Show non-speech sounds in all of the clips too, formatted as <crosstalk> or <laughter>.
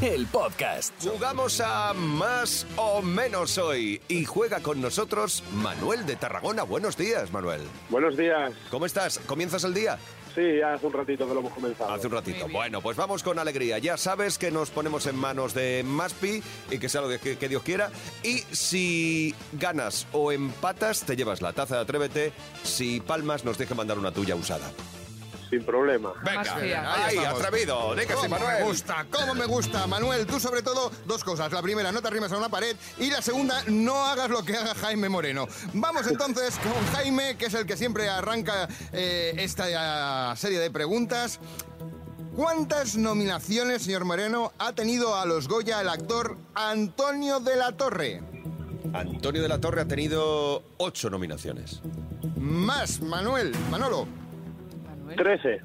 el podcast. Jugamos a más o menos hoy y juega con nosotros Manuel de Tarragona. Buenos días, Manuel. Buenos días. ¿Cómo estás? ¿Comienzas el día? Sí, ya hace un ratito que lo hemos comenzado. Hace un ratito. Bueno, pues vamos con alegría. Ya sabes que nos ponemos en manos de Maspi y que sea lo que, que Dios quiera. Y si ganas o empatas, te llevas la taza de Atrévete. Si palmas, nos deja mandar una tuya usada. Sin problema. Venga, Maspi, ahí, ahí Ah, estamos. atrevido. Di que sí, ¿Cómo Manuel. me gusta? ¿Cómo me gusta, Manuel? Tú sobre todo dos cosas. La primera, no te arrimes a una pared y la segunda, no hagas lo que haga Jaime Moreno. Vamos entonces con Jaime, que es el que siempre arranca eh, esta serie de preguntas. ¿Cuántas nominaciones, señor Moreno, ha tenido a los Goya el actor Antonio de la Torre? Antonio de la Torre ha tenido ocho nominaciones. Más, Manuel, Manolo. Manuel. 13.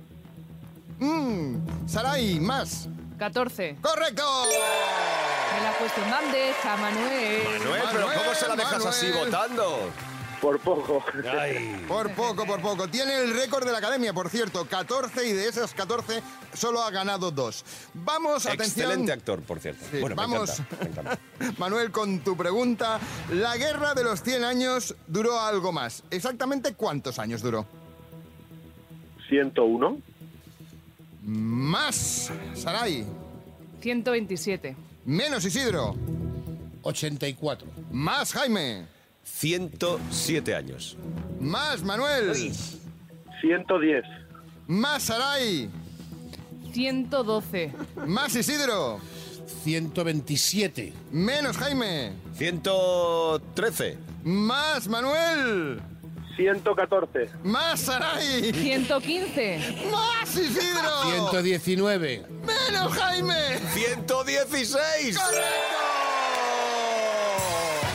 Mm, Sarai, más. 14. ¡Correcto! Me la ha puesto en bandeja, Manuel. Manuel, pero ¿cómo se la dejas Manuel. así votando? Por poco. Ay. Por poco, por poco. Tiene el récord de la academia, por cierto, 14 y de esas 14 solo ha ganado dos. Vamos, atención. Excelente actor, por cierto. Sí, bueno, me vamos. encanta, me encanta. <laughs> Manuel, con tu pregunta, la guerra de los 100 años duró algo más. ¿Exactamente cuántos años duró? 101. Más, Saray. 127. Menos, Isidro. 84. Más, Jaime. 107 años. Más, Manuel. 110. Más, Saray. <laughs> 112. Más, Isidro. 127. Menos, Jaime. 113. Más, Manuel. 114. Más, Saray. 115. Más, Isidro. 119. ¡Menos, Jaime! 116.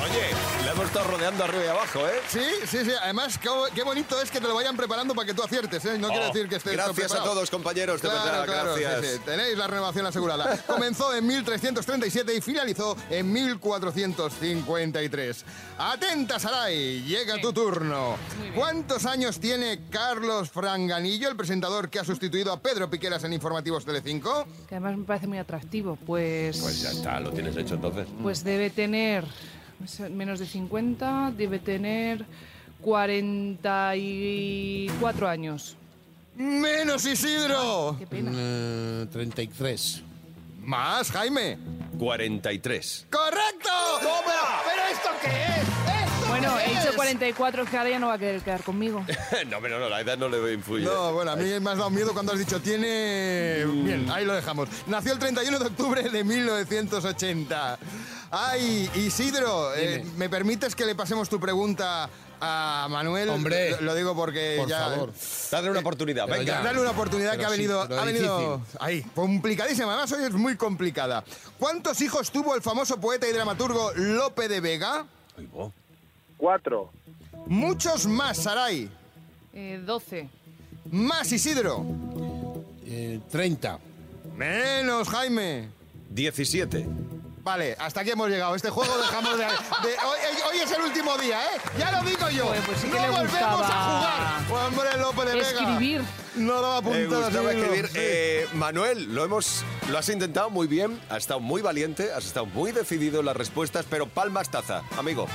Oye, la hemos estado rodeando arriba y abajo, ¿eh? Sí, sí, sí. Además, qué, qué bonito es que te lo vayan preparando para que tú aciertes, ¿eh? No quiero decir que estés Oh, Gracias a preparado. todos, compañeros, de Claro, verdad, claro, sí, gracias. sí. Tenéis la renovación <laughs> asegurada. Comenzó en 1337 y finalizó en 1453. Atenta, Saray, llega tu turno. ¿Cuántos años tiene Carlos Franganillo, el presentador que ha sustituido a Pedro Piqueras en Informativos Telecinco? Que además me parece muy atractivo. Pues. Pues ya está, lo tienes hecho entonces. pues debe tener. Menos de 50. Debe tener. 44 años. ¡Menos Isidro! Qué pena. Eh, 33. ¡Más, Jaime! 43. ¡Correcto! ¿Pero esto qué es? Bueno, he dicho 44, que ahora ya no va a querer quedar <laughs> conmigo. <laughs> no, pero no, la edad no le influye. No, bueno, a mí me has dado miedo cuando has dicho tiene... Bien, ahí lo dejamos. Nació el 31 de octubre de 1980. Ay, Isidro, eh, ¿me permites que le pasemos tu pregunta a Manuel? Hombre. Lo, lo digo porque Por ya... eh, favor. Dale una oportunidad, Pero venga. ya. Dale una oportunidad Pero que ha sí, venido... pero ha venido difícil. ahí, complicadísima. Además, hoy es muy complicada. ¿Cuántos hijos tuvo el famoso poeta y dramaturgo Lope de Vega? 4. Muchos más, Saray. Eh, 12. Más, Isidro. Eh, 30. Menos, Jaime. 17. Vale, hasta aquí hemos llegado. Este juego dejamos de... de- hoy, hoy es el último día, ¿eh? Ya lo digo yo. Joder, pues sí que no le volvemos gustaba. a jugar. Hombre, López de Vega. Escribir. No lo va a Me apuntar gustaba así, escribir. sí. Eh, Manuel, lo, hemos, lo has intentado muy bien, has estado muy valiente, has estado muy decidido en las respuestas, pero palmas taza, amigo.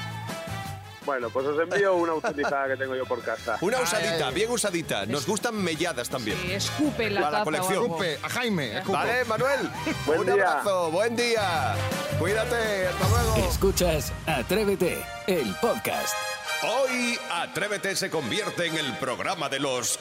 Bueno, pues os envío una utilizada que tengo yo por casa. Una Ay, usadita, ay. bien usadita. Nos gustan melladas también. Eh, escupe la Para la taza o colección. algo. Escupe, a Jaime, escupe. Vale, <laughs> Manuel. Buen un día. abrazo, buen día. Cuídate, hasta luego. Escuchas Atrévete, el podcast. Hoy Atrévete se convierte en el programa de los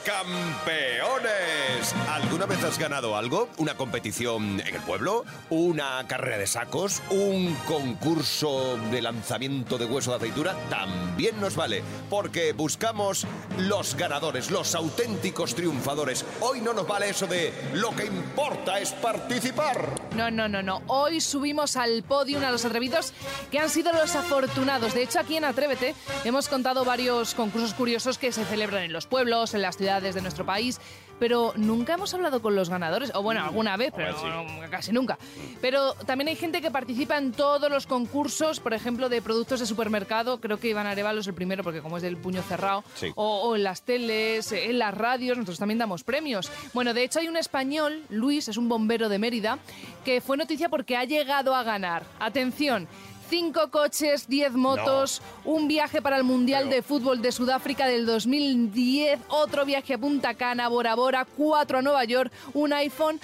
campeones. ¿Alguna vez has ganado algo? ¿Una competición en el pueblo? ¿Una carrera de sacos? ¿Un concurso de lanzamiento de hueso de aceituna? También nos vale, porque buscamos los ganadores, los auténticos triunfadores. Hoy no nos vale eso de lo que importa es participar. No, no, no, no. Hoy subimos al podium a los atrevidos que han sido los afortunados. De hecho, aquí en Atrévete hemos contado varios concursos curiosos que se celebran en los pueblos, en las ciudades de nuestro país, pero nunca hemos hablado con los ganadores, o bueno, alguna vez, pero no, casi nunca. Pero también hay gente que participa en todos los concursos, por ejemplo, de productos de supermercado. Creo que Iván Arevalo es el primero, porque como es del puño cerrado, Sí. o o, o en las teles, eh, en las radios, nosotros también damos premios. Bueno, de hecho hay un español, Luis, es un bombero de Mérida, que fue noticia porque ha llegado a ganar. Atención. Cinco coches, diez motos, un viaje para el Mundial de Fútbol de Sudáfrica del 2010, otro viaje a Punta Cana, Bora Bora, cuatro a Nueva York, un iPhone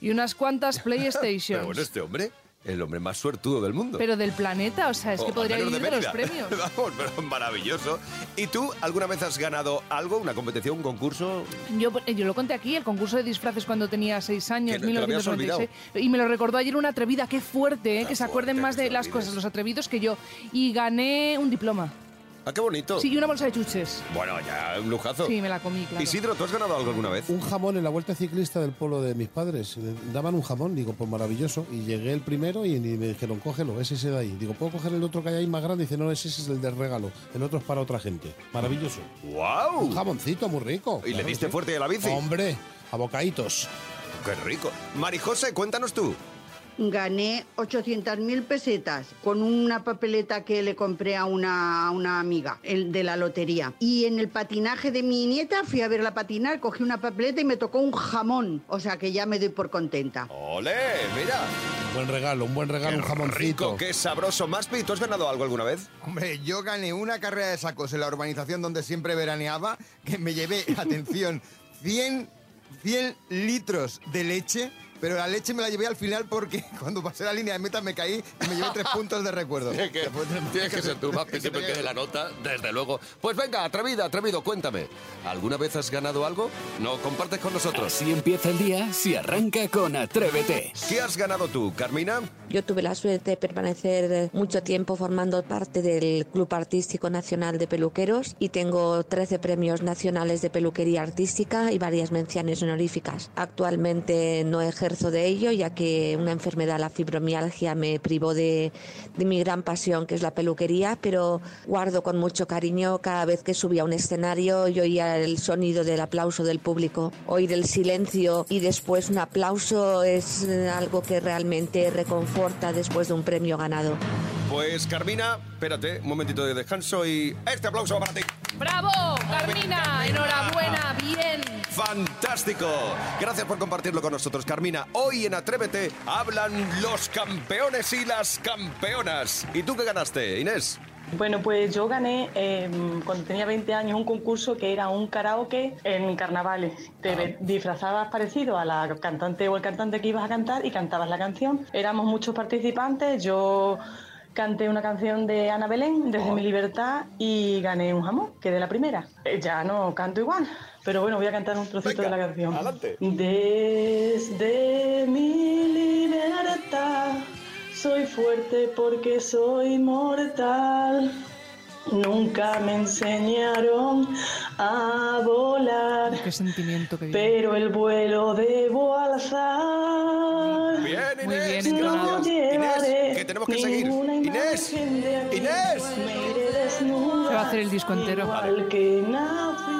y <laughs> unas cuantas Pero PlayStations. bueno, este hombre, el hombre más suertudo del mundo. Pero del planeta, o sea, es O que al podría menos vivir de los Mérida. <laughs> premios. Vamos, pero maravilloso. ¿Y tú alguna vez has ganado algo, una competición, un concurso? Yo, eh, yo lo conté aquí, el concurso de disfraces cuando tenía seis años, Que no- te lo habías 1996. Y me lo recordó ayer una atrevida, qué fuerte, eh, Qué que se acuerden fuerte, más que de se las olviden. cosas, los atrevidos que yo. Y gané un diploma. Ah, qué bonito. Sí, y una bolsa de chuches. Bueno, ya, un lujazo. Sí, me la comí, claro. Isidro, ¿tú has ganado algo alguna vez? Un jamón en la vuelta ciclista del pueblo de mis padres. Le Daban un jamón, digo, pues maravilloso. Y llegué el primero y, y me dijeron, cógelo, ese es el de ahí. Digo, ¿puedo coger el otro que hay ahí más grande? Dice, no, ese es el del regalo. El otro es para otra gente. Maravilloso. Un ¡Wow! jamoncito muy rico. ¿Y le Claro, diste sí. fuerte a la bici? Hombre, a bocaditos. ¡Qué rico! Marijose, cuéntanos tú. Gané 800.000 pesetas con una papeleta que le compré a una, a una amiga el de la lotería. Y en el patinaje de mi nieta fui a verla patinar, cogí una papeleta y me tocó un jamón. O sea que ya me doy por contenta. Oh. ¡Ole! ¡Mira! Buen regalo, un buen regalo, un ¡Qué jamoncito. rico! ¡Qué sabroso! Maspi, ¿tú has ganado algo alguna vez? Hombre, yo gané una carrera de sacos en la urbanización donde siempre veraneaba, que me llevé, atención, 100, 100 litros de leche, pero la leche me la llevé al final porque <laughs> cuando pasé la línea de meta me caí y me llevé tres puntos <laughs> de recuerdo. Tienes que, tienes que ser tú, Maspi, siempre que de la nota, desde luego. Pues venga, atrevida, atrevido, cuéntame. ¿Alguna vez has ganado algo? ¿No compartes con nosotros? Así empieza el día si arranca con Atrévete. ¿Qué has ganado tú, Carmina? Yo tuve la suerte de permanecer eh, mucho tiempo formando parte del Club Artístico Nacional de Peluqueros y tengo 13 premios nacionales de peluquería artística y varias menciones honoríficas. Actualmente no ejerzo de ello ya que una enfermedad, la fibromialgia, me privó de, de mi gran pasión que es la peluquería, pero guardo con mucho cariño cada vez que subía a un escenario y oía el sonido del aplauso del público, oír el silencio y después un aplauso es eh, algo que realmente reconforta después de un premio ganado. Pues Carmina, espérate, un momentito de descanso y este aplauso para ti. ¡Bravo! Carmina, enhorabuena, bien. ¡Fantástico! Gracias por compartirlo con nosotros, Carmina. Hoy en Atrévete hablan los campeones y las campeonas. ¿Y tú qué ganaste, Inés? Bueno, pues yo gané eh, cuando tenía 20 años un concurso que era un karaoke en carnavales. Te ve- disfrazabas parecido a la cantante o el cantante que ibas a cantar y cantabas la canción. Éramos muchos participantes, yo canté una canción de Ana Belén, Desde mi libertad, y gané un jamón, quedé la primera. Eh, ya no canto igual, pero bueno, voy a cantar un trocito Venga, de la canción. adelante. Desde mi libertad soy fuerte porque soy mortal. Nunca me enseñaron a volar, Qué sentimiento que vive. pero el vuelo debo alzar. Bien, Muy Inés. bien, gracias. entonado. Inés, que tenemos que seguir. ninguna imagen Inés, de aquel Inés. Me iré desnuda, Se va a hacer el disco entero. igual que nací.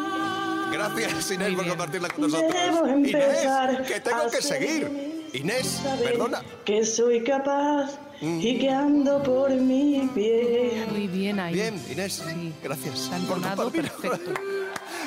Gracias, Inés, Muy por bien. compartirla con nosotros. Debo Inés, empezar que tengo a que ser seguir. feliz, Inés, saber perdona. Que soy capaz y que ando por mi pie. Muy bien ahí. Bien, Inés, gracias está por entonado, compartirlo. <laughs> perfecto.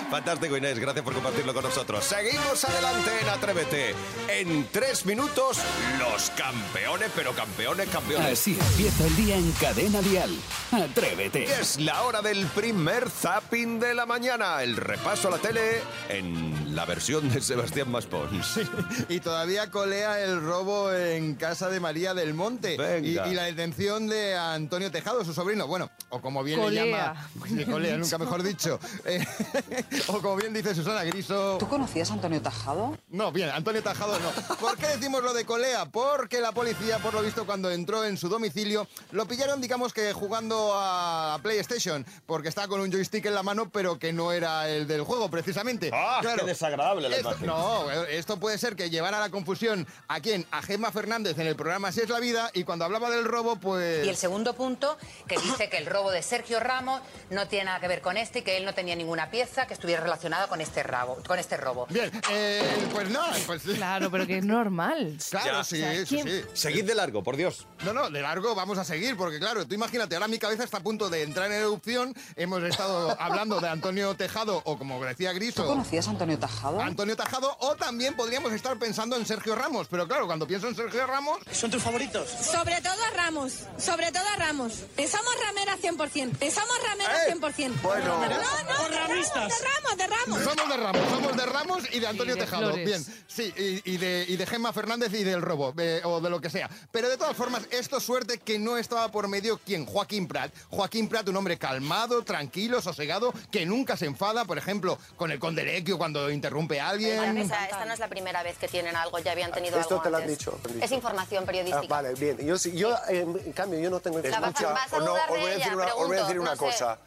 Fantástico, Inés. Gracias por compartirlo con nosotros. Seguimos adelante en Atrévete. En tres minutos, los campeones, pero campeones, campeones. Así empieza el día en cadena dial. Atrévete. Y Es la hora del primer zapping de la mañana. El repaso a la tele en la versión de Sebastián Maspons. <laughs> Y todavía colea el robo en casa de María del Monte. Y, Venga. y la detención de Antonio Tejado, su sobrino. Bueno, o como bien le Colea. llama. Sí, colea, nunca mejor dicho. Eh, <laughs> o como bien dice Susana Griso. ¿Tú conocías a Antonio Tajado? No, bien, Antonio Tajado no. ¿Por qué decimos lo de colea? Porque la policía, por lo visto, cuando entró en su domicilio, lo pillaron, digamos que jugando a PlayStation, porque estaba con un joystick en la mano, pero que no era el del juego, precisamente. ¡Ah, qué desagradable la Esto- imagen. no, esto puede ser que llevara a la confusión a quién, a Gemma Fernández en el programa Si es la vida y cuando hablaba del robo, pues... Y el segundo punto, que dice que el robo de Sergio Ramos no tiene nada que ver con este y que él no tenía ninguna pieza que estuviera relacionada con este, rabo, con este robo. Bien, eh, pues nada, pues... Claro, pero que es normal. <laughs> Ya. Claro, <laughs> sí, O sea, eso ¿quién- sí. Seguid de largo, por Dios. No, no, de largo vamos a seguir, porque claro, tú imagínate, ahora mi cabeza está a punto de entrar en erupción. <laughs> Hemos estado hablando de Antonio Tejado, o como decía Griso, ¿Conocías a Antonio Tajado? Antonio Tajado, o también podríamos estar pensando en Sergio Ramos. Pero claro, cuando pienso en Sergio Ramos, ¿Son tus favoritos? Sobre todo a Ramos, sobre todo a Ramos. Somos rameras 100%, somos rameras Eh, 100%. bueno. no, no, O de Ramos, ramistas. de Ramos, de Ramos. somos de Ramos, somos de Ramos y de Antonio de Tejado. Flores. Bien, sí, y, y de, y de Gemma Fernández y del robo, eh, o de lo que sea. Pero de todas formas, esto es suerte que no estaba por medio quien, Joaquín Prat. Joaquín Prat, un hombre calmado, tranquilo, sosegado, que nunca se enfada, por ejemplo, con el Condelequio cuando interrumpe a alguien. esta no es la primera vez que tienen algo, ya habían tenido Esto te lo han dicho. te lo han dicho. información Ah, vale, bien. Yo, sí- yo, en, en cambio, yo no tengo La vas a- mucha- vas a o no, dudar os de voy a decir ella, una, os voy a decir pregunto, una no sé. cosa.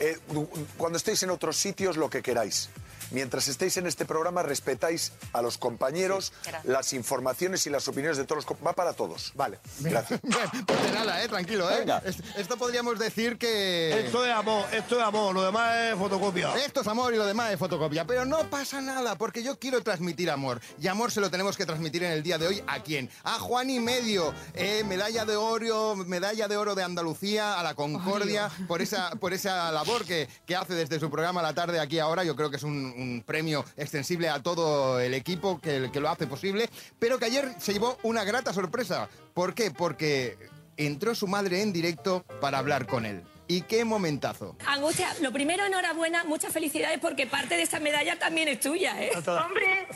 Eh, du- cuando estéis en otros sitios, lo que queráis. Mientras estéis en este programa, respetáis a los compañeros, gracias. las informaciones y las opiniones de todos los... com- Va para todos. Vale, gracias. Bien, pues de nada, eh, tranquilo, eh. Venga. Es- Esto podríamos decir que. Esto es amor, esto es amor, lo demás es fotocopia. Esto es amor y lo demás es fotocopia. Pero no pasa nada, porque yo quiero transmitir amor. Y amor se lo tenemos que transmitir en el día de hoy a quién? A Juan y Medio, eh, medalla de oro, medalla de oro de Andalucía, a la Concordia, por esa, por esa labor que, que hace desde su programa La Tarde aquí ahora. Yo creo que es un, un premio extensible a todo el equipo que, que lo hace posible. Pero que ayer se llevó una grata sorpresa. ¿Por qué? Porque entró su madre en directo para hablar con él. Y qué momentazo. Angustia, lo primero, enhorabuena, muchas felicidades porque parte de esa medalla también es tuya, ¿eh? Hombre,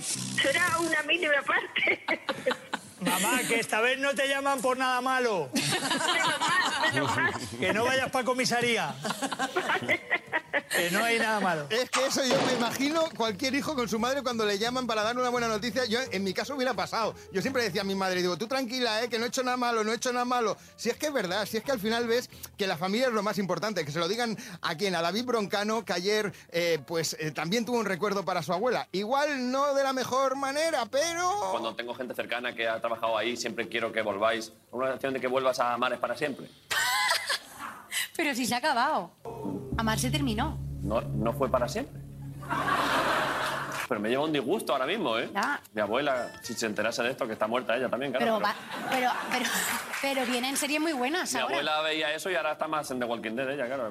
será una mínima parte. Mamá, que esta vez no te llaman por nada malo. Que no vayas para comisaría. Que no hay nada malo. Es que eso yo me imagino cualquier hijo con su madre cuando le llaman para dar una buena noticia. Yo, en mi caso, hubiera pasado. Yo siempre decía a mi madre, digo, tú tranquila, eh, que no he hecho nada malo, no he hecho nada malo. Si es que es verdad, si es que al final ves que la familia es lo más importante, que se lo digan a quien, a David Broncano, que ayer eh, pues eh, también tuvo un recuerdo para su abuela. Igual no de la mejor manera, pero... Cuando tengo gente cercana que ha trabajado ahí, siempre quiero que volváis. Una relación de que vuelvas a amar es para siempre. Pero si se ha acabado. Amar se terminó. No, no fue para siempre. Pero me lleva un disgusto ahora mismo, ¿eh? Ya. Mi abuela, si se enterase de esto, que está muerta ella también, claro. Pero, pero va- pero, pero, pero vienen series muy buenas Mi ahora. abuela veía eso y ahora está más en The Walking Dead ella, claro.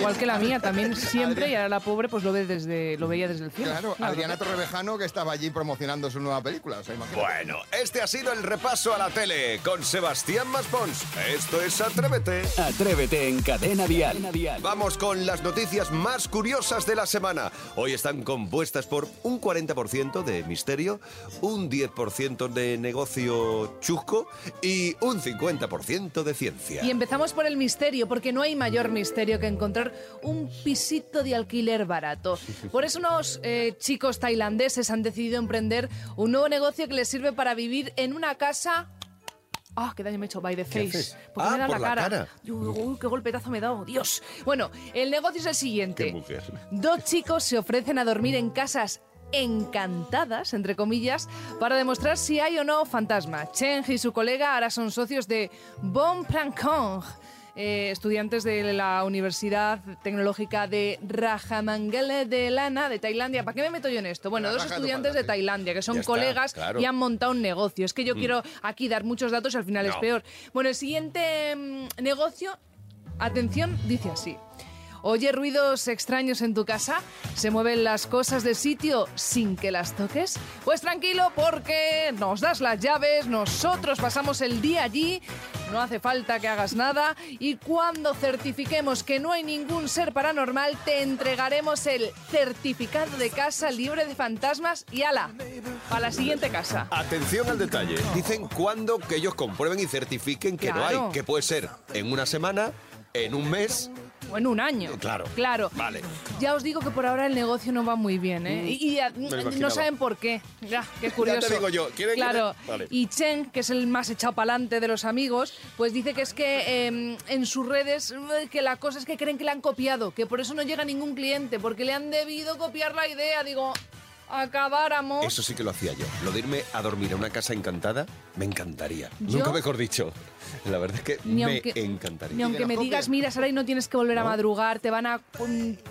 Igual que la mía, también siempre, y ahora la pobre pues lo ve desde, lo veía desde el cielo. Claro, Adriana Torrevejano que estaba allí promocionando su nueva película, o sea, imagínate. Bueno, este ha sido el repaso a la tele con Sebastián Maspons. Esto es Atrévete. Atrévete en Cadena Dial. Vamos con las noticias más curiosas de la semana. Hoy están compuestas por un 40% de misterio, un 10% de negocio chusco y un 50% de ciencia. Y empezamos por el misterio, porque no hay mayor misterio que encontrar un pisito de alquiler barato. Por eso unos eh, chicos tailandeses han decidido emprender un nuevo negocio que les sirve para vivir en una casa... ¡Ah, qué daño me he hecho! By the face. haces? Porque me Ah, da por la la cara. cara. Uy, uy, qué golpetazo me he dado, Dios. Bueno, el negocio es el siguiente. Qué mujer. Dos chicos se ofrecen a dormir en casas encantadas, entre comillas, para demostrar si hay o no fantasma. Cheng y su colega ahora son socios de Bon Prankong, eh, estudiantes de la Universidad Tecnológica de Rajamangal de Lana, de Tailandia. ¿Para qué me meto yo en esto? Bueno, La dos raja de tu estudiantes padre, de sí. Tailandia, que son Ya está, colegas claro. Mm. y han montado un negocio. Es que yo quiero aquí dar muchos datos y al final es No. peor. Bueno, el siguiente mm, negocio, atención, dice así. Oye ruidos extraños en tu casa, se mueven las cosas de sitio sin que las toques. Pues tranquilo porque nos das las llaves, nosotros pasamos el día allí, no hace falta que hagas nada y cuando certifiquemos que no hay ningún ser paranormal te entregaremos el certificado de casa libre de fantasmas y ala, para la siguiente casa. Atención al detalle. Dicen cuándo que ellos comprueben y certifiquen que no Claro. hay, que puede ser en una semana, en un mes. O en un año. Claro. Claro. Vale. Ya os digo que por ahora el negocio no va muy bien, ¿eh? Y, y, ah, no Mm. imaginaba. saben por qué. Ya, qué curioso. digo yo. ¿Quieren- claro. quieren? Vale. Y Chen, que es el más echado para adelante de los amigos, pues dice que es que eh, en sus redes eh, que la cosa es que creen que le han copiado, que por eso no llega ningún cliente, porque le han debido copiar la idea. Digo, acabáramos. Eso sí que lo hacía yo. Lo de irme a dormir a una casa encantada, me encantaría. ¿Yo? Nunca mejor dicho. <laughs> La verdad es que Ni me aunque- encantaría. Ni aunque me digas, mira, Saray, no tienes que volver a madrugar, te van a mm,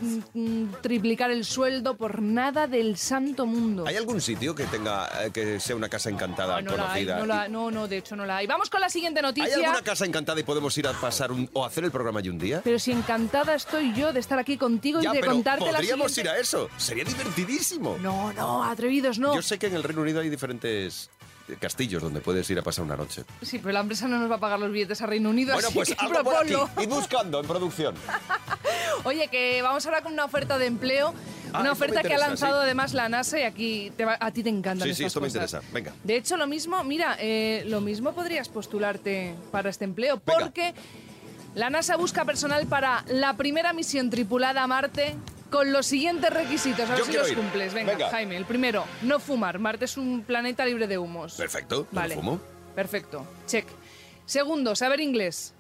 mm, mm, triplicar el sueldo por nada del santo mundo. ¿Hay algún sitio que tenga eh, que sea una casa encantada no, la hay, Ah, conocida? no, la- no, no, de hecho no la hay. Vamos con la siguiente ¿Hay noticia. alguna casa encantada y podemos ir a pasar un- o hacer el programa allí un día? Pero si encantada estoy yo de estar aquí contigo ya, y de pero contarte la podríamos siguiente. ir a eso. Sería divertidísimo. No, no, atrevidos no. Yo sé que en el Reino Unido hay diferentes eh, castillos donde puedes ir a pasar una noche. Sí, pero la empresa no nos va a pagar los billetes a Reino Unido, bueno, así <laughs> pues que algo por aquí. proponlo. Id buscando en producción. Oye, que vamos ahora con una oferta de empleo. Ah, esto me una oferta que ha interesa, lanzado sí. además la NASA y aquí te va- a ti te encantan sí, sí, estas esto me cosas. interesa. Venga. De hecho, lo mismo, mira, eh, lo mismo podrías postularte para este empleo, porque la NASA busca personal para la primera misión tripulada a Marte con los siguientes requisitos. A ver Yo si quiero los ir. cumples. Venga, Venga. Jaime, el primero, no fumar. Marte es un planeta libre de humos. Perfecto. no Vale. fumo. Perfecto, check. Segundo, saber inglés.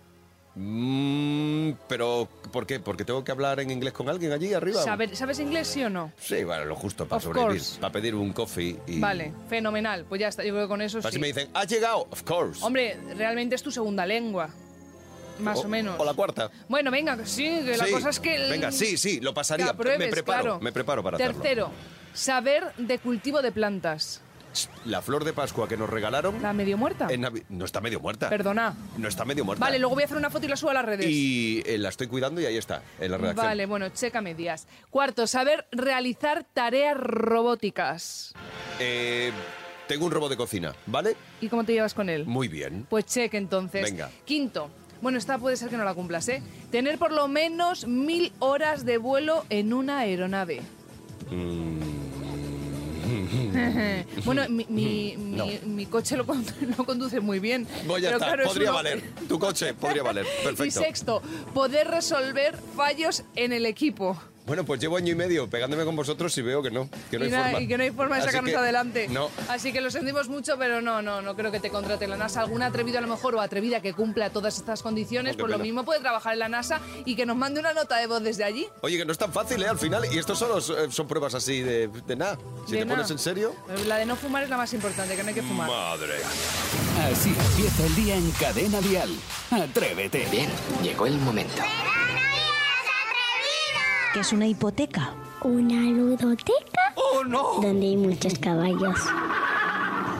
Mm, pero, ¿por qué? ¿Porque tengo que hablar en inglés con alguien allí arriba? Saber- ¿Sabes inglés, sí o no? Sí, bueno, lo justo para Of sobrevivir. course. Para pedir un coffee y... Vale, fenomenal. Pues ya está, yo creo que con eso Así sí. me dicen, ¿has llegado? Of course. Hombre, realmente es tu segunda lengua. Más o, menos. O la cuarta. Bueno, venga, que sí, que la Oh, Sí. cosa es que. el- Venga, sí, sí, lo pasaría. que apruebes, me preparo, claro. me preparo para Tercero, saber de cultivo de plantas. hacerlo. La flor de Pascua que nos regalaron... La medio muerta. en Navi- no está medio muerta. Perdona. No está medio muerta. Vale, luego voy a hacer una foto y la subo a las redes. Y eh, la estoy cuidando y ahí está, en la redacción. Vale, bueno, checa medias. Cuarto, saber realizar tareas robóticas. Eh, tengo un robot de cocina, ¿vale? ¿Y cómo te llevas con él? Muy bien. Pues cheque entonces. Venga. Quinto. Bueno, esta puede ser que no la cumplas, ¿eh? Tener por lo menos mil horas de vuelo en una aeronave. <laughs> bueno, mi, mi- mi- Mm. No. mi coche lo, con- <laughs> lo conduce muy bien. Voy ya pero está, claro, es podría uno- <laughs> valer. Tu coche podría valer. Perfecto. Y sexto, poder resolver fallos en el equipo. Bueno, pues llevo año y medio pegándome con vosotros y veo que no, que no y, hay na- forma. y que no hay forma de Así sacarnos que, adelante. No. Así que lo sentimos mucho, pero no, no, no creo que te contrate la NASA. Algún atrevido a lo mejor o atrevida que cumpla todas estas condiciones, Oh, qué por lo pena. mismo puede trabajar en la NASA y que nos mande una nota de voz desde allí. Oye, que no es tan fácil, ¿eh? Al final, y esto solo son, son pruebas así de, de nada. Si De te nada. pones en serio... La de no fumar es la más importante, que no hay que fumar. Madre. Así empieza el día en Cadena Dial. Atrévete. Bien, llegó el momento. ¿Qué es una hipoteca? Una ludoteca. ¡Oh, no! Donde hay muchos caballos.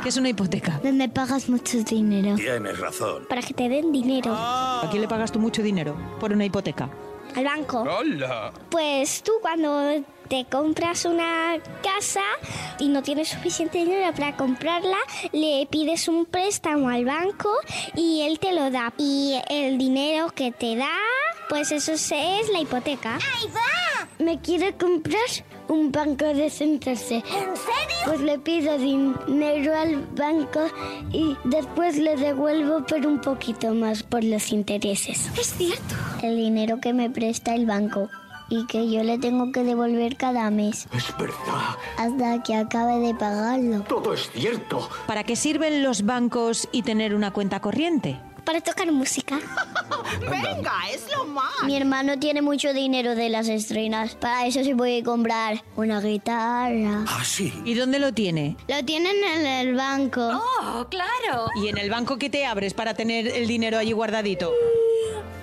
¿Qué es una hipoteca? Donde pagas mucho dinero. Tienes razón. Para que te den dinero. Ah. ¿A quién le pagas tú mucho dinero por una hipoteca? Al banco. ¡Hola! Pues tú cuando te compras una casa y no tienes suficiente dinero para comprarla, le pides un préstamo al banco y él te lo da. Y el dinero que te da, pues eso se- es la hipoteca. ¡Ahí va! Me quiero comprar un banco de sentarse. ¿En serio? Pues le pido dinero al banco y después le devuelvo por un poquito más por los intereses. Es cierto. El dinero que me presta el banco y que yo le tengo que devolver cada mes Es verdad, hasta que acabe de pagarlo. todo es cierto. ¿Para qué sirven los bancos y tener una cuenta corriente? Para tocar música. Venga, es lo más. Mi hermano tiene mucho dinero de las estrenas. Para eso se puede comprar una guitarra. ¿Ah, sí? ¿Y dónde lo tiene? Lo tienen en el banco. ¡Oh, claro! ¿Y en el banco qué te abres para tener el dinero allí guardadito?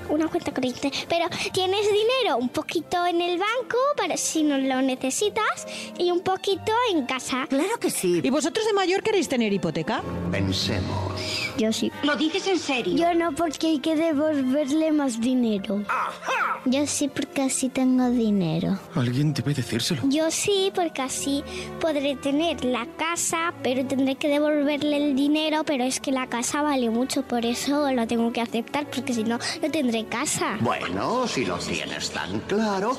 Una cuenta corriente. Pero tienes dinero un poquito en el banco para si no lo necesitas y un poquito en casa. Claro que sí. ¿Y vosotros de mayor queréis tener hipoteca? Pensemos. Yo sí. ¿Lo dices en serio? Yo no, porque hay que devolverle más dinero. Yo sí, porque así tengo dinero. Alguien debe decírselo. Yo sí, porque así podré tener la casa, pero tendré que devolverle el dinero, pero es que la casa vale mucho, por eso lo tengo que aceptar, porque si no, no tendré casa. Bueno, si lo tienes tan claro.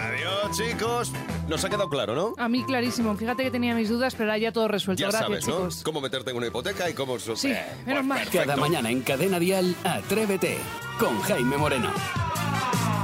Adiós, chicos. Nos ha quedado claro, ¿no? A mí clarísimo. Fíjate que tenía mis dudas, pero ahora ya todo resuelto. Ya Gracias, sabes, ¿no? chicos. Cómo meterte en una hipoteca y cómo... Eh, Sí, menos mal. Cada mañana en Cadena Dial, Atrévete con Jaime Moreno.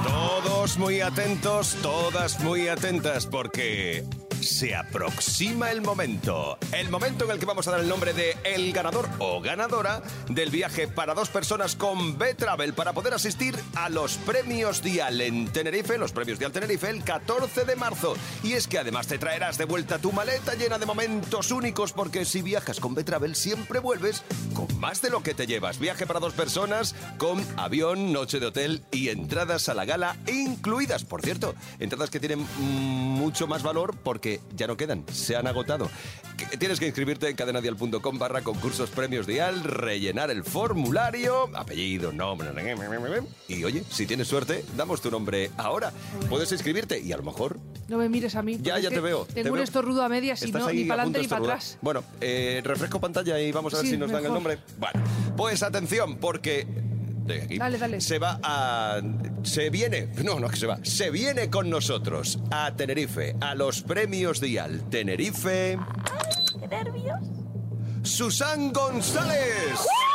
Todos muy atentos, todas muy atentas, porque se aproxima el momento. El momento en el que vamos a dar el nombre de el ganador o ganadora del viaje para dos personas con B-Travel para poder asistir a los premios Dial en Tenerife, los premios Dial Tenerife, el 14 de marzo. Y es que además te traerás de vuelta tu maleta llena de momentos únicos porque si viajas con B-Travel siempre vuelves con más de lo que te llevas. Viaje para dos personas con avión, noche de hotel y entradas a la gala incluidas. Por cierto, entradas que tienen mm, mucho más valor porque ya no quedan, se han agotado. Que- Tienes que inscribirte en cadenadial.com barra concursos premios dial, rellenar el formulario, apellido, nombre, y oye, si tienes suerte, damos tu nombre ahora. Puedes inscribirte y a lo mejor No me mires a mí. Ya, porque ya es te que veo, te Tengo un veo. estornudo a medias y Estás no, ahí ni a para punto adelante de ni estornudar. para atrás. Bueno, eh, refresco pantalla y vamos a ver Sí, si nos dan el mejor. nombre. Bueno, pues atención, porque. de aquí. Dale, dale. Se va a. Se viene. No, no es que se va. Se viene con nosotros a Tenerife, a los premios Dial Tenerife. ¡Qué nervios! Susan González. ¡Uh!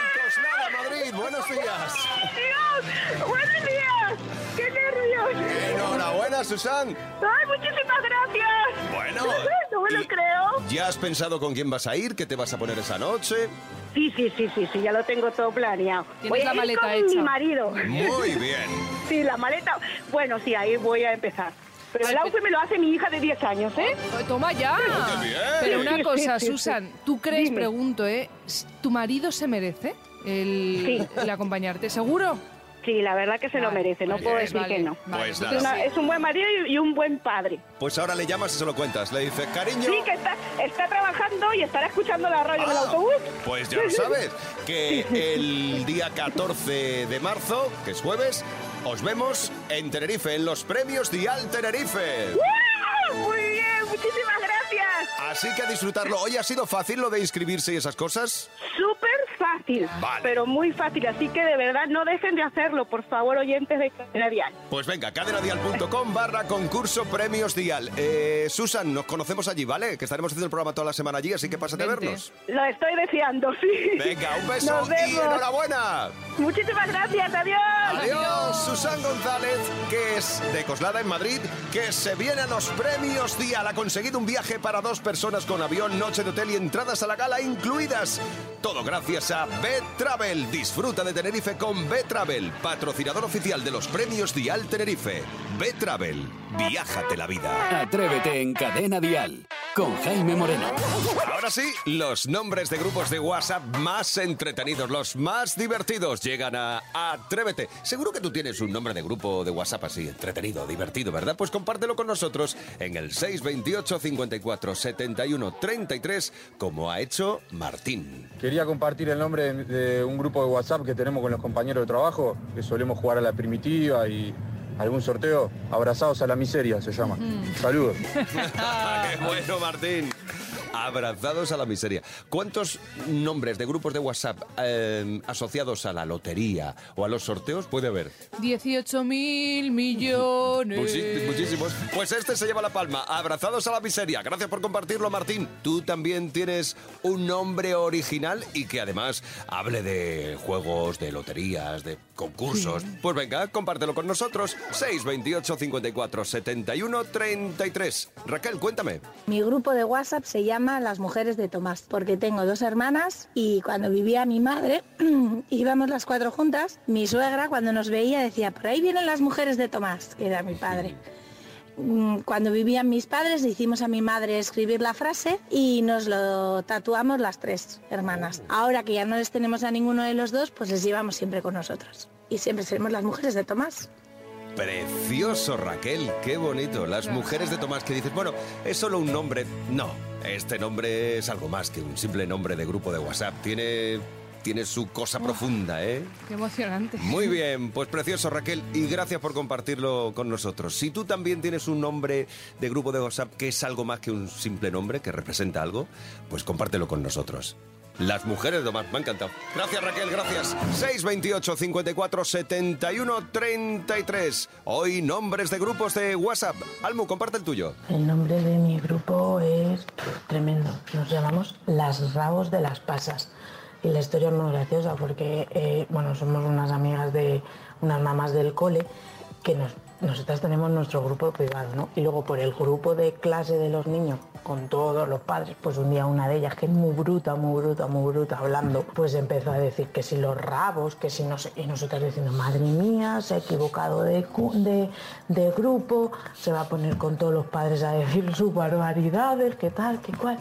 Encoslada, Madrid, buenos días. ¡Dios! ¡Buenos días! ¡Qué nervios! Enhorabuena, Susan. ¡Ay, muchísimas gracias! Bueno, No me lo creo. ¿Ya has pensado con quién vas a ir? ¿Qué te vas a poner esa noche? Sí, sí, sí, sí, sí, ya lo tengo todo planeado. Tienes Voy a la ir maleta con hecha. mi marido. Muy bien. Sí, la maleta. Bueno, sí, ahí voy a empezar. Pero el outfit me lo hace mi hija de 10 años, ¿eh? Toma ya. qué bien. Pero Sí, una sí, cosa, sí, sí. Susan, ¿tú crees, Dime. pregunto, eh, s- tu marido se merece el, el acompañarte? ¿Seguro? Sí, la verdad que se lo merece, no puedo decir que no. Pues Es, una- nada. es un buen marido y, y un buen padre. Pues ahora le llamas y se lo cuentas. Le dices, cariño. Sí, que está, está trabajando y estará escuchando la radio en el Ah, autobús. Pues <laughs> ya lo sabes, que el día 14 de marzo, que es jueves, os vemos en Tenerife, en los premios Dial Tenerife. ¡Guau! Muy bien, muchísimas gracias. Así que a disfrutarlo. Hoy ha sido fácil lo de inscribirse y esas cosas. Súper fácil, pero muy fácil. Así que de verdad no dejen de hacerlo, por favor, oyentes de Cadena Dial. Pues venga, cadenadial.com barra concurso premios Dial. Eh, Susan, nos conocemos allí, ¿vale? Que estaremos haciendo el programa toda la semana allí, así que pásate a vernos. Lo estoy deseando, <laughs> sí. Venga, un beso Nos y vemos. enhorabuena. Muchísimas gracias, adiós. Adiós, Susan González, que es de Coslada en Madrid, que se viene a los premios Dial. Ha conseguido un viaje para dos personas con avión, noche de hotel y entradas a la gala incluidas. Todo gracias a B-Travel. Disfruta de Tenerife con B-Travel, patrocinador oficial de los premios Dial Tenerife. B-Travel, viájate la vida. Atrévete en Cadena Dial con Jaime Moreno. Ahora sí, los nombres de grupos de WhatsApp más entretenidos, los más divertidos, llegan a Atrévete. Seguro que tú tienes un nombre de grupo de WhatsApp así, entretenido, divertido, ¿verdad? Pues compártelo con nosotros en el 628 54 71 33, como ha hecho Martín. Quería compartir el nombre de- de un grupo de WhatsApp que tenemos con los compañeros de trabajo, que solemos jugar a la primitiva y algún sorteo. Abrazados a la miseria se llama. Saludos. <laughs> ¡Qué bueno, Martín! Abrazados a la miseria. ¿Cuántos nombres de grupos de WhatsApp eh, asociados a la lotería o a los sorteos puede haber? 18 mil millones. Muchi- muchísimos. Pues este se lleva la palma. Abrazados a la miseria. Gracias por compartirlo, Martín. Tú también tienes un nombre original y que además hable de juegos, de loterías, de concursos. Pues venga, compártelo con nosotros. 628 54 71 33. Raquel, cuéntame. Mi grupo de WhatsApp se llama Las Mujeres de Tomás, porque tengo dos hermanas y cuando vivía mi madre, <clears throat> íbamos las cuatro juntas, mi suegra cuando nos veía decía, por ahí vienen las mujeres de Tomás, que era mi padre. Mm, Cuando vivían mis padres, le hicimos a mi madre escribir la frase y nos lo tatuamos las tres hermanas. Ahora que ya no les tenemos a ninguno de los dos, pues les llevamos siempre con nosotros. Y siempre seremos las mujeres de Tomás. Precioso, Raquel. Qué bonito. Las mujeres de Tomás que dices, bueno, es solo un nombre. No, este nombre es algo más que un simple nombre de grupo de WhatsApp. Tiene, tiene su cosa profunda, ¿eh? Qué emocionante. Muy bien, pues precioso Raquel y gracias por compartirlo con nosotros. Si tú también tienes un nombre de grupo de WhatsApp que es algo más que un simple nombre, que representa algo, pues compártelo con nosotros. Las mujeres nomás, me ha encantado. Gracias Raquel, gracias. 628 54 71 33. Hoy nombres de grupos de WhatsApp. Almu, comparte el tuyo. El nombre de mi grupo es pff, tremendo. Nos llamamos Las Rabos de las Pasas. Y la historia es muy graciosa porque, eh, bueno, somos unas amigas de unas mamás del cole que nos- nosotras tenemos nuestro grupo privado, ¿no? Y luego por el grupo de clase de los niños, con todos los padres, pues un día una de ellas, que es muy bruta, muy bruta, muy bruta, hablando, pues empezó a decir que si los rabos, que si no sé, y nosotras diciendo, madre mía, se ha equivocado de, cu- de, de grupo, se va a poner con todos los padres a decir sus barbaridades, que tal, que cual.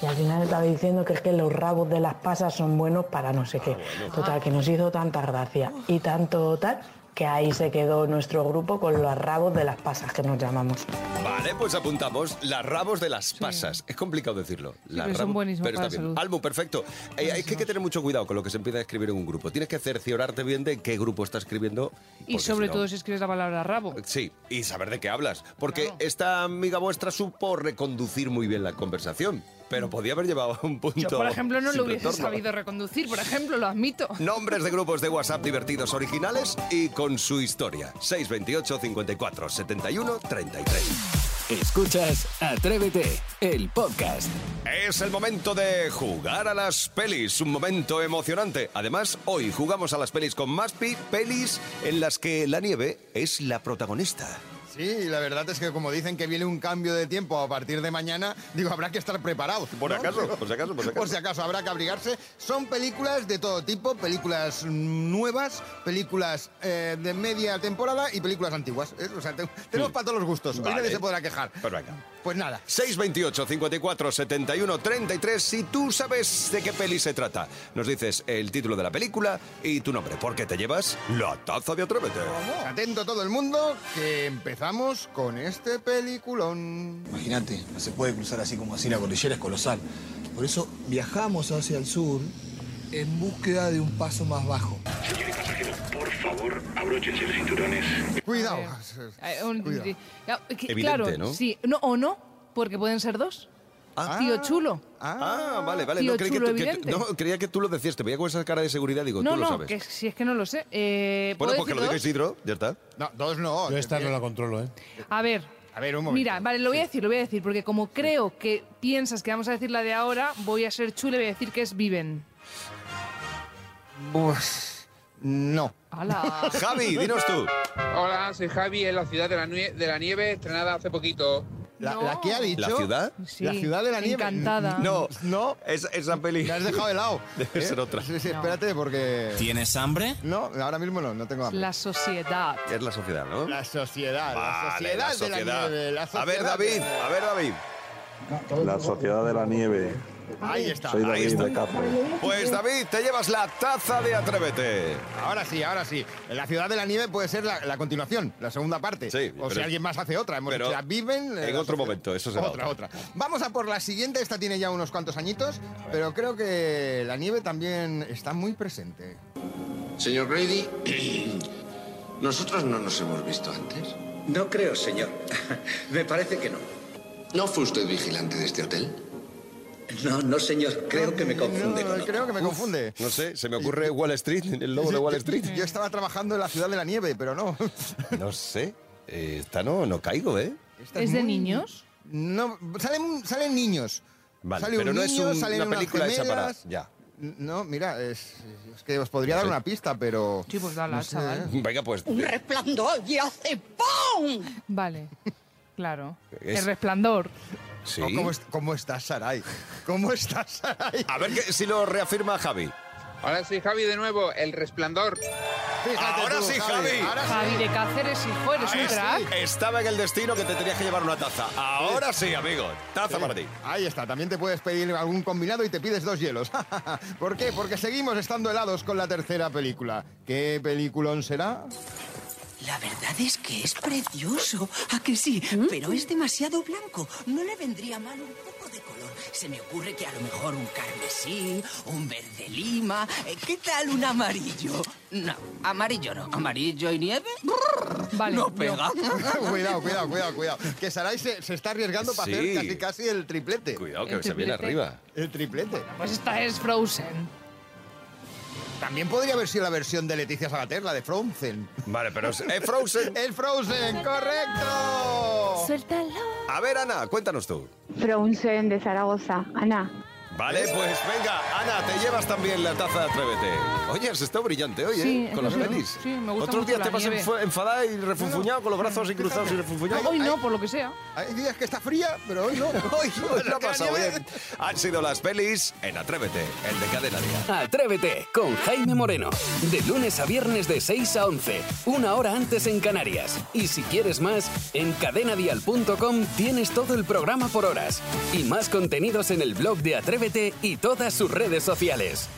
Y al final estaba diciendo que es que los rabos de las pasas son buenos para no sé qué. Total, que nos hizo tanta gracia y tanto tal que ahí se quedó nuestro grupo con los rabos de las pasas que nos llamamos. Vale, pues apuntamos las rabos de las pasas. Es complicado decirlo. Las pero son rabos, buenísimas pero para está la bien. salud. Álbum, perfecto. Eh, es que hay que tener mucho cuidado con lo que se empieza a escribir en un grupo. Tienes que cerciorarte bien de qué grupo está escribiendo. Y porque sobre si no- Eh, todo si escribes la palabra rabo. Sí, y saber de qué hablas. Porque esta amiga vuestra supo reconducir muy bien la conversación, pero podía haber llevado a un punto. Mm. Yo, por ejemplo, no sin lo hubiese retorno. sabido reconducir, por ejemplo, lo admito. Nombres de grupos de WhatsApp divertidos originales y con su historia. 628 54 71 33. Escuchas Atrévete, el podcast. Es el momento de jugar a las pelis, un momento emocionante. Además, hoy jugamos a las pelis con más pi- pelis en las que la nieve es la protagonista. Sí, la verdad es que como dicen que viene un cambio de tiempo a partir de mañana, digo, habrá que estar preparado. Por ¿no? acaso, por si acaso, por si acaso. Por si acaso, habrá que abrigarse. Son películas de todo tipo, películas nuevas, películas eh, de media temporada y películas antiguas. ¿eh? O sea, te- tenemos para todos los gustos. Hoy Vale. nadie se podrá quejar. Pues venga. Pues nada. 628 54 71 33 si tú sabes de qué peli se trata. Nos dices el título de la película y tu nombre, porque te llevas la taza de Atrévete. Atento todo el mundo, que empezamos con este peliculón. Imagínate, no se puede cruzar así como así, la cordillera es colosal. Por eso viajamos hacia el sur en búsqueda de un paso más bajo. Señores pasajeros, por favor, abróchense los cinturones. Cuidado. Eh, un- Cuidado. di- ya, que- Evidente, claro, ¿no? sí, no o no, porque pueden ser dos. Ah. Tío chulo. Ah, vale, vale. Tío no, creí que chulo tú, que- evidente. no, creía que tú lo decías. Te veía con esa cara de seguridad, digo, no, tú lo no, sabes. que si es que no lo sé. Eh, Bueno, ¿puedo pues que decir lo dos? diga Isidro, ya está. No, dos no. Yo esta no la controlo, ¿eh? A ver, A ver, un mira, vale, lo voy a decir, lo voy a decir, porque como creo que piensas que vamos a decir la de ahora, voy a ser chulo y voy a decir que es Viven. Pues, no. <laughs> Hala. Javi, dinos tú. <laughs> Hola, soy Javi, es la ciudad de la, Nue- de la nieve estrenada hace poquito. La, la que ha dicho. ¿La ciudad? la ciudad de la nieve. No, no. Esa, esa peli. La has dejado de lado. <laughs> Debe ¿eh? ser otra. Sí, sí, espérate porque... ¿Tienes hambre? No, ahora mismo no, no tengo hambre. La sociedad. Es la sociedad, ¿no? La sociedad, la Vale, la sociedad, de la sociedad. nieve. La A ver, sociedad de- David, a ver, David. La Sociedad de la Nieve. Ahí está. Soy Ahí David está. de Cáceres. Pues David, te llevas la taza de Atrévete. Ahora sí, ahora sí. La ciudad de la nieve puede ser la, la continuación, la segunda parte. Sí, o si pero- alguien más hace otra. Hemos pero dicho, la viven. eh, En otro la sociedad. momento, eso será Otra, otra. Vamos a por la siguiente. Esta tiene ya unos cuantos añitos, pero creo que la nieve también está muy presente. Señor Brady, <clears throat> ¿nosotros no nos hemos visto antes? No creo, señor. <laughs> Me parece que no. ¿No fue usted vigilante de este hotel? No, no, señor. Creo que me confunde. No, creo que me confunde. No sé, se me ocurre Wall Street, el logo de Wall <laughs> Street. Yo estaba trabajando en la ciudad de la nieve, pero no. No sé. eh, Esta no, no caigo, ¿eh? Esta ¿Es de muy- niños? No, salen, salen niños. Vale, Sale un pero no niño, es un- salen una unas película hecha para. gemelas. Ya. No, mira, es, es que os podría dar Sí. una pista, pero... Sí, pues dala, no sé. chaval. Venga, pues. eh, resplandor y hace ¡pum! Vale, claro. Es- El resplandor. Sí. Oh, ¿Cómo, est- cómo estás, Sarai? ¿Cómo estás, Sarai? A ver que- si lo reafirma Javi. Hola, soy Javi de eh. nuevo, El Resplandor. Ahora sí, Javi. Javi de Cáceres y fueres un Ahí sí. crack. Estaba en el destino que te tenías que llevar una taza. Ahora sí, amigo. Taza para ti. Ahí está, también te puedes pedir algún combinado y te pides dos hielos. <laughs> ¿Por qué? Porque seguimos estando helados con la tercera película. ¿Qué peliculón será? La verdad es que es precioso, a que sí, pero es demasiado blanco. No le vendría mal un poco de color. Se me ocurre que a lo mejor un carmesí, un verde lima, eh, ¿qué tal un amarillo? No, amarillo no, amarillo y nieve. brrr, no pega. <laughs> cuidado, cuidado, cuidado, cuidado. Que Sarai se, se está arriesgando para Sí. hacer casi, casi el triplete. Cuidado, que El se viene triplete. arriba. El triplete. Pues esta es Frozen. También podría haber sido la versión de Leticia Sagater, la de Frozen. Vale, pero es es Frozen. <laughs> ¡El Frozen, correcto! A ver, Ana, cuéntanos tú. Frozen de Zaragoza. Ana, Vale, pues venga, Ana, te llevas también la taza de Atrévete. Oye, has estado brillante hoy, Sí, ¿eh? Con las eso sí. pelis. Sí, me gusta Otros mucho días la te vas nieve. enfu- enfadada y refunfuñado con los brazos así cruzados y refunfuñado. Hoy no, por lo que sea. Hay días que está fría, pero <laughs> hoy no. hoy Pues lo ha pasado bien. Han sido las pelis en Atrévete, el de Cadena Día. Atrévete con Jaime Moreno. De lunes a viernes de 6 a 11, una hora antes en Canarias. Y si quieres más, en cadenadial.com tienes todo el programa por horas y más contenidos en el blog de Atrévete y todas sus redes sociales.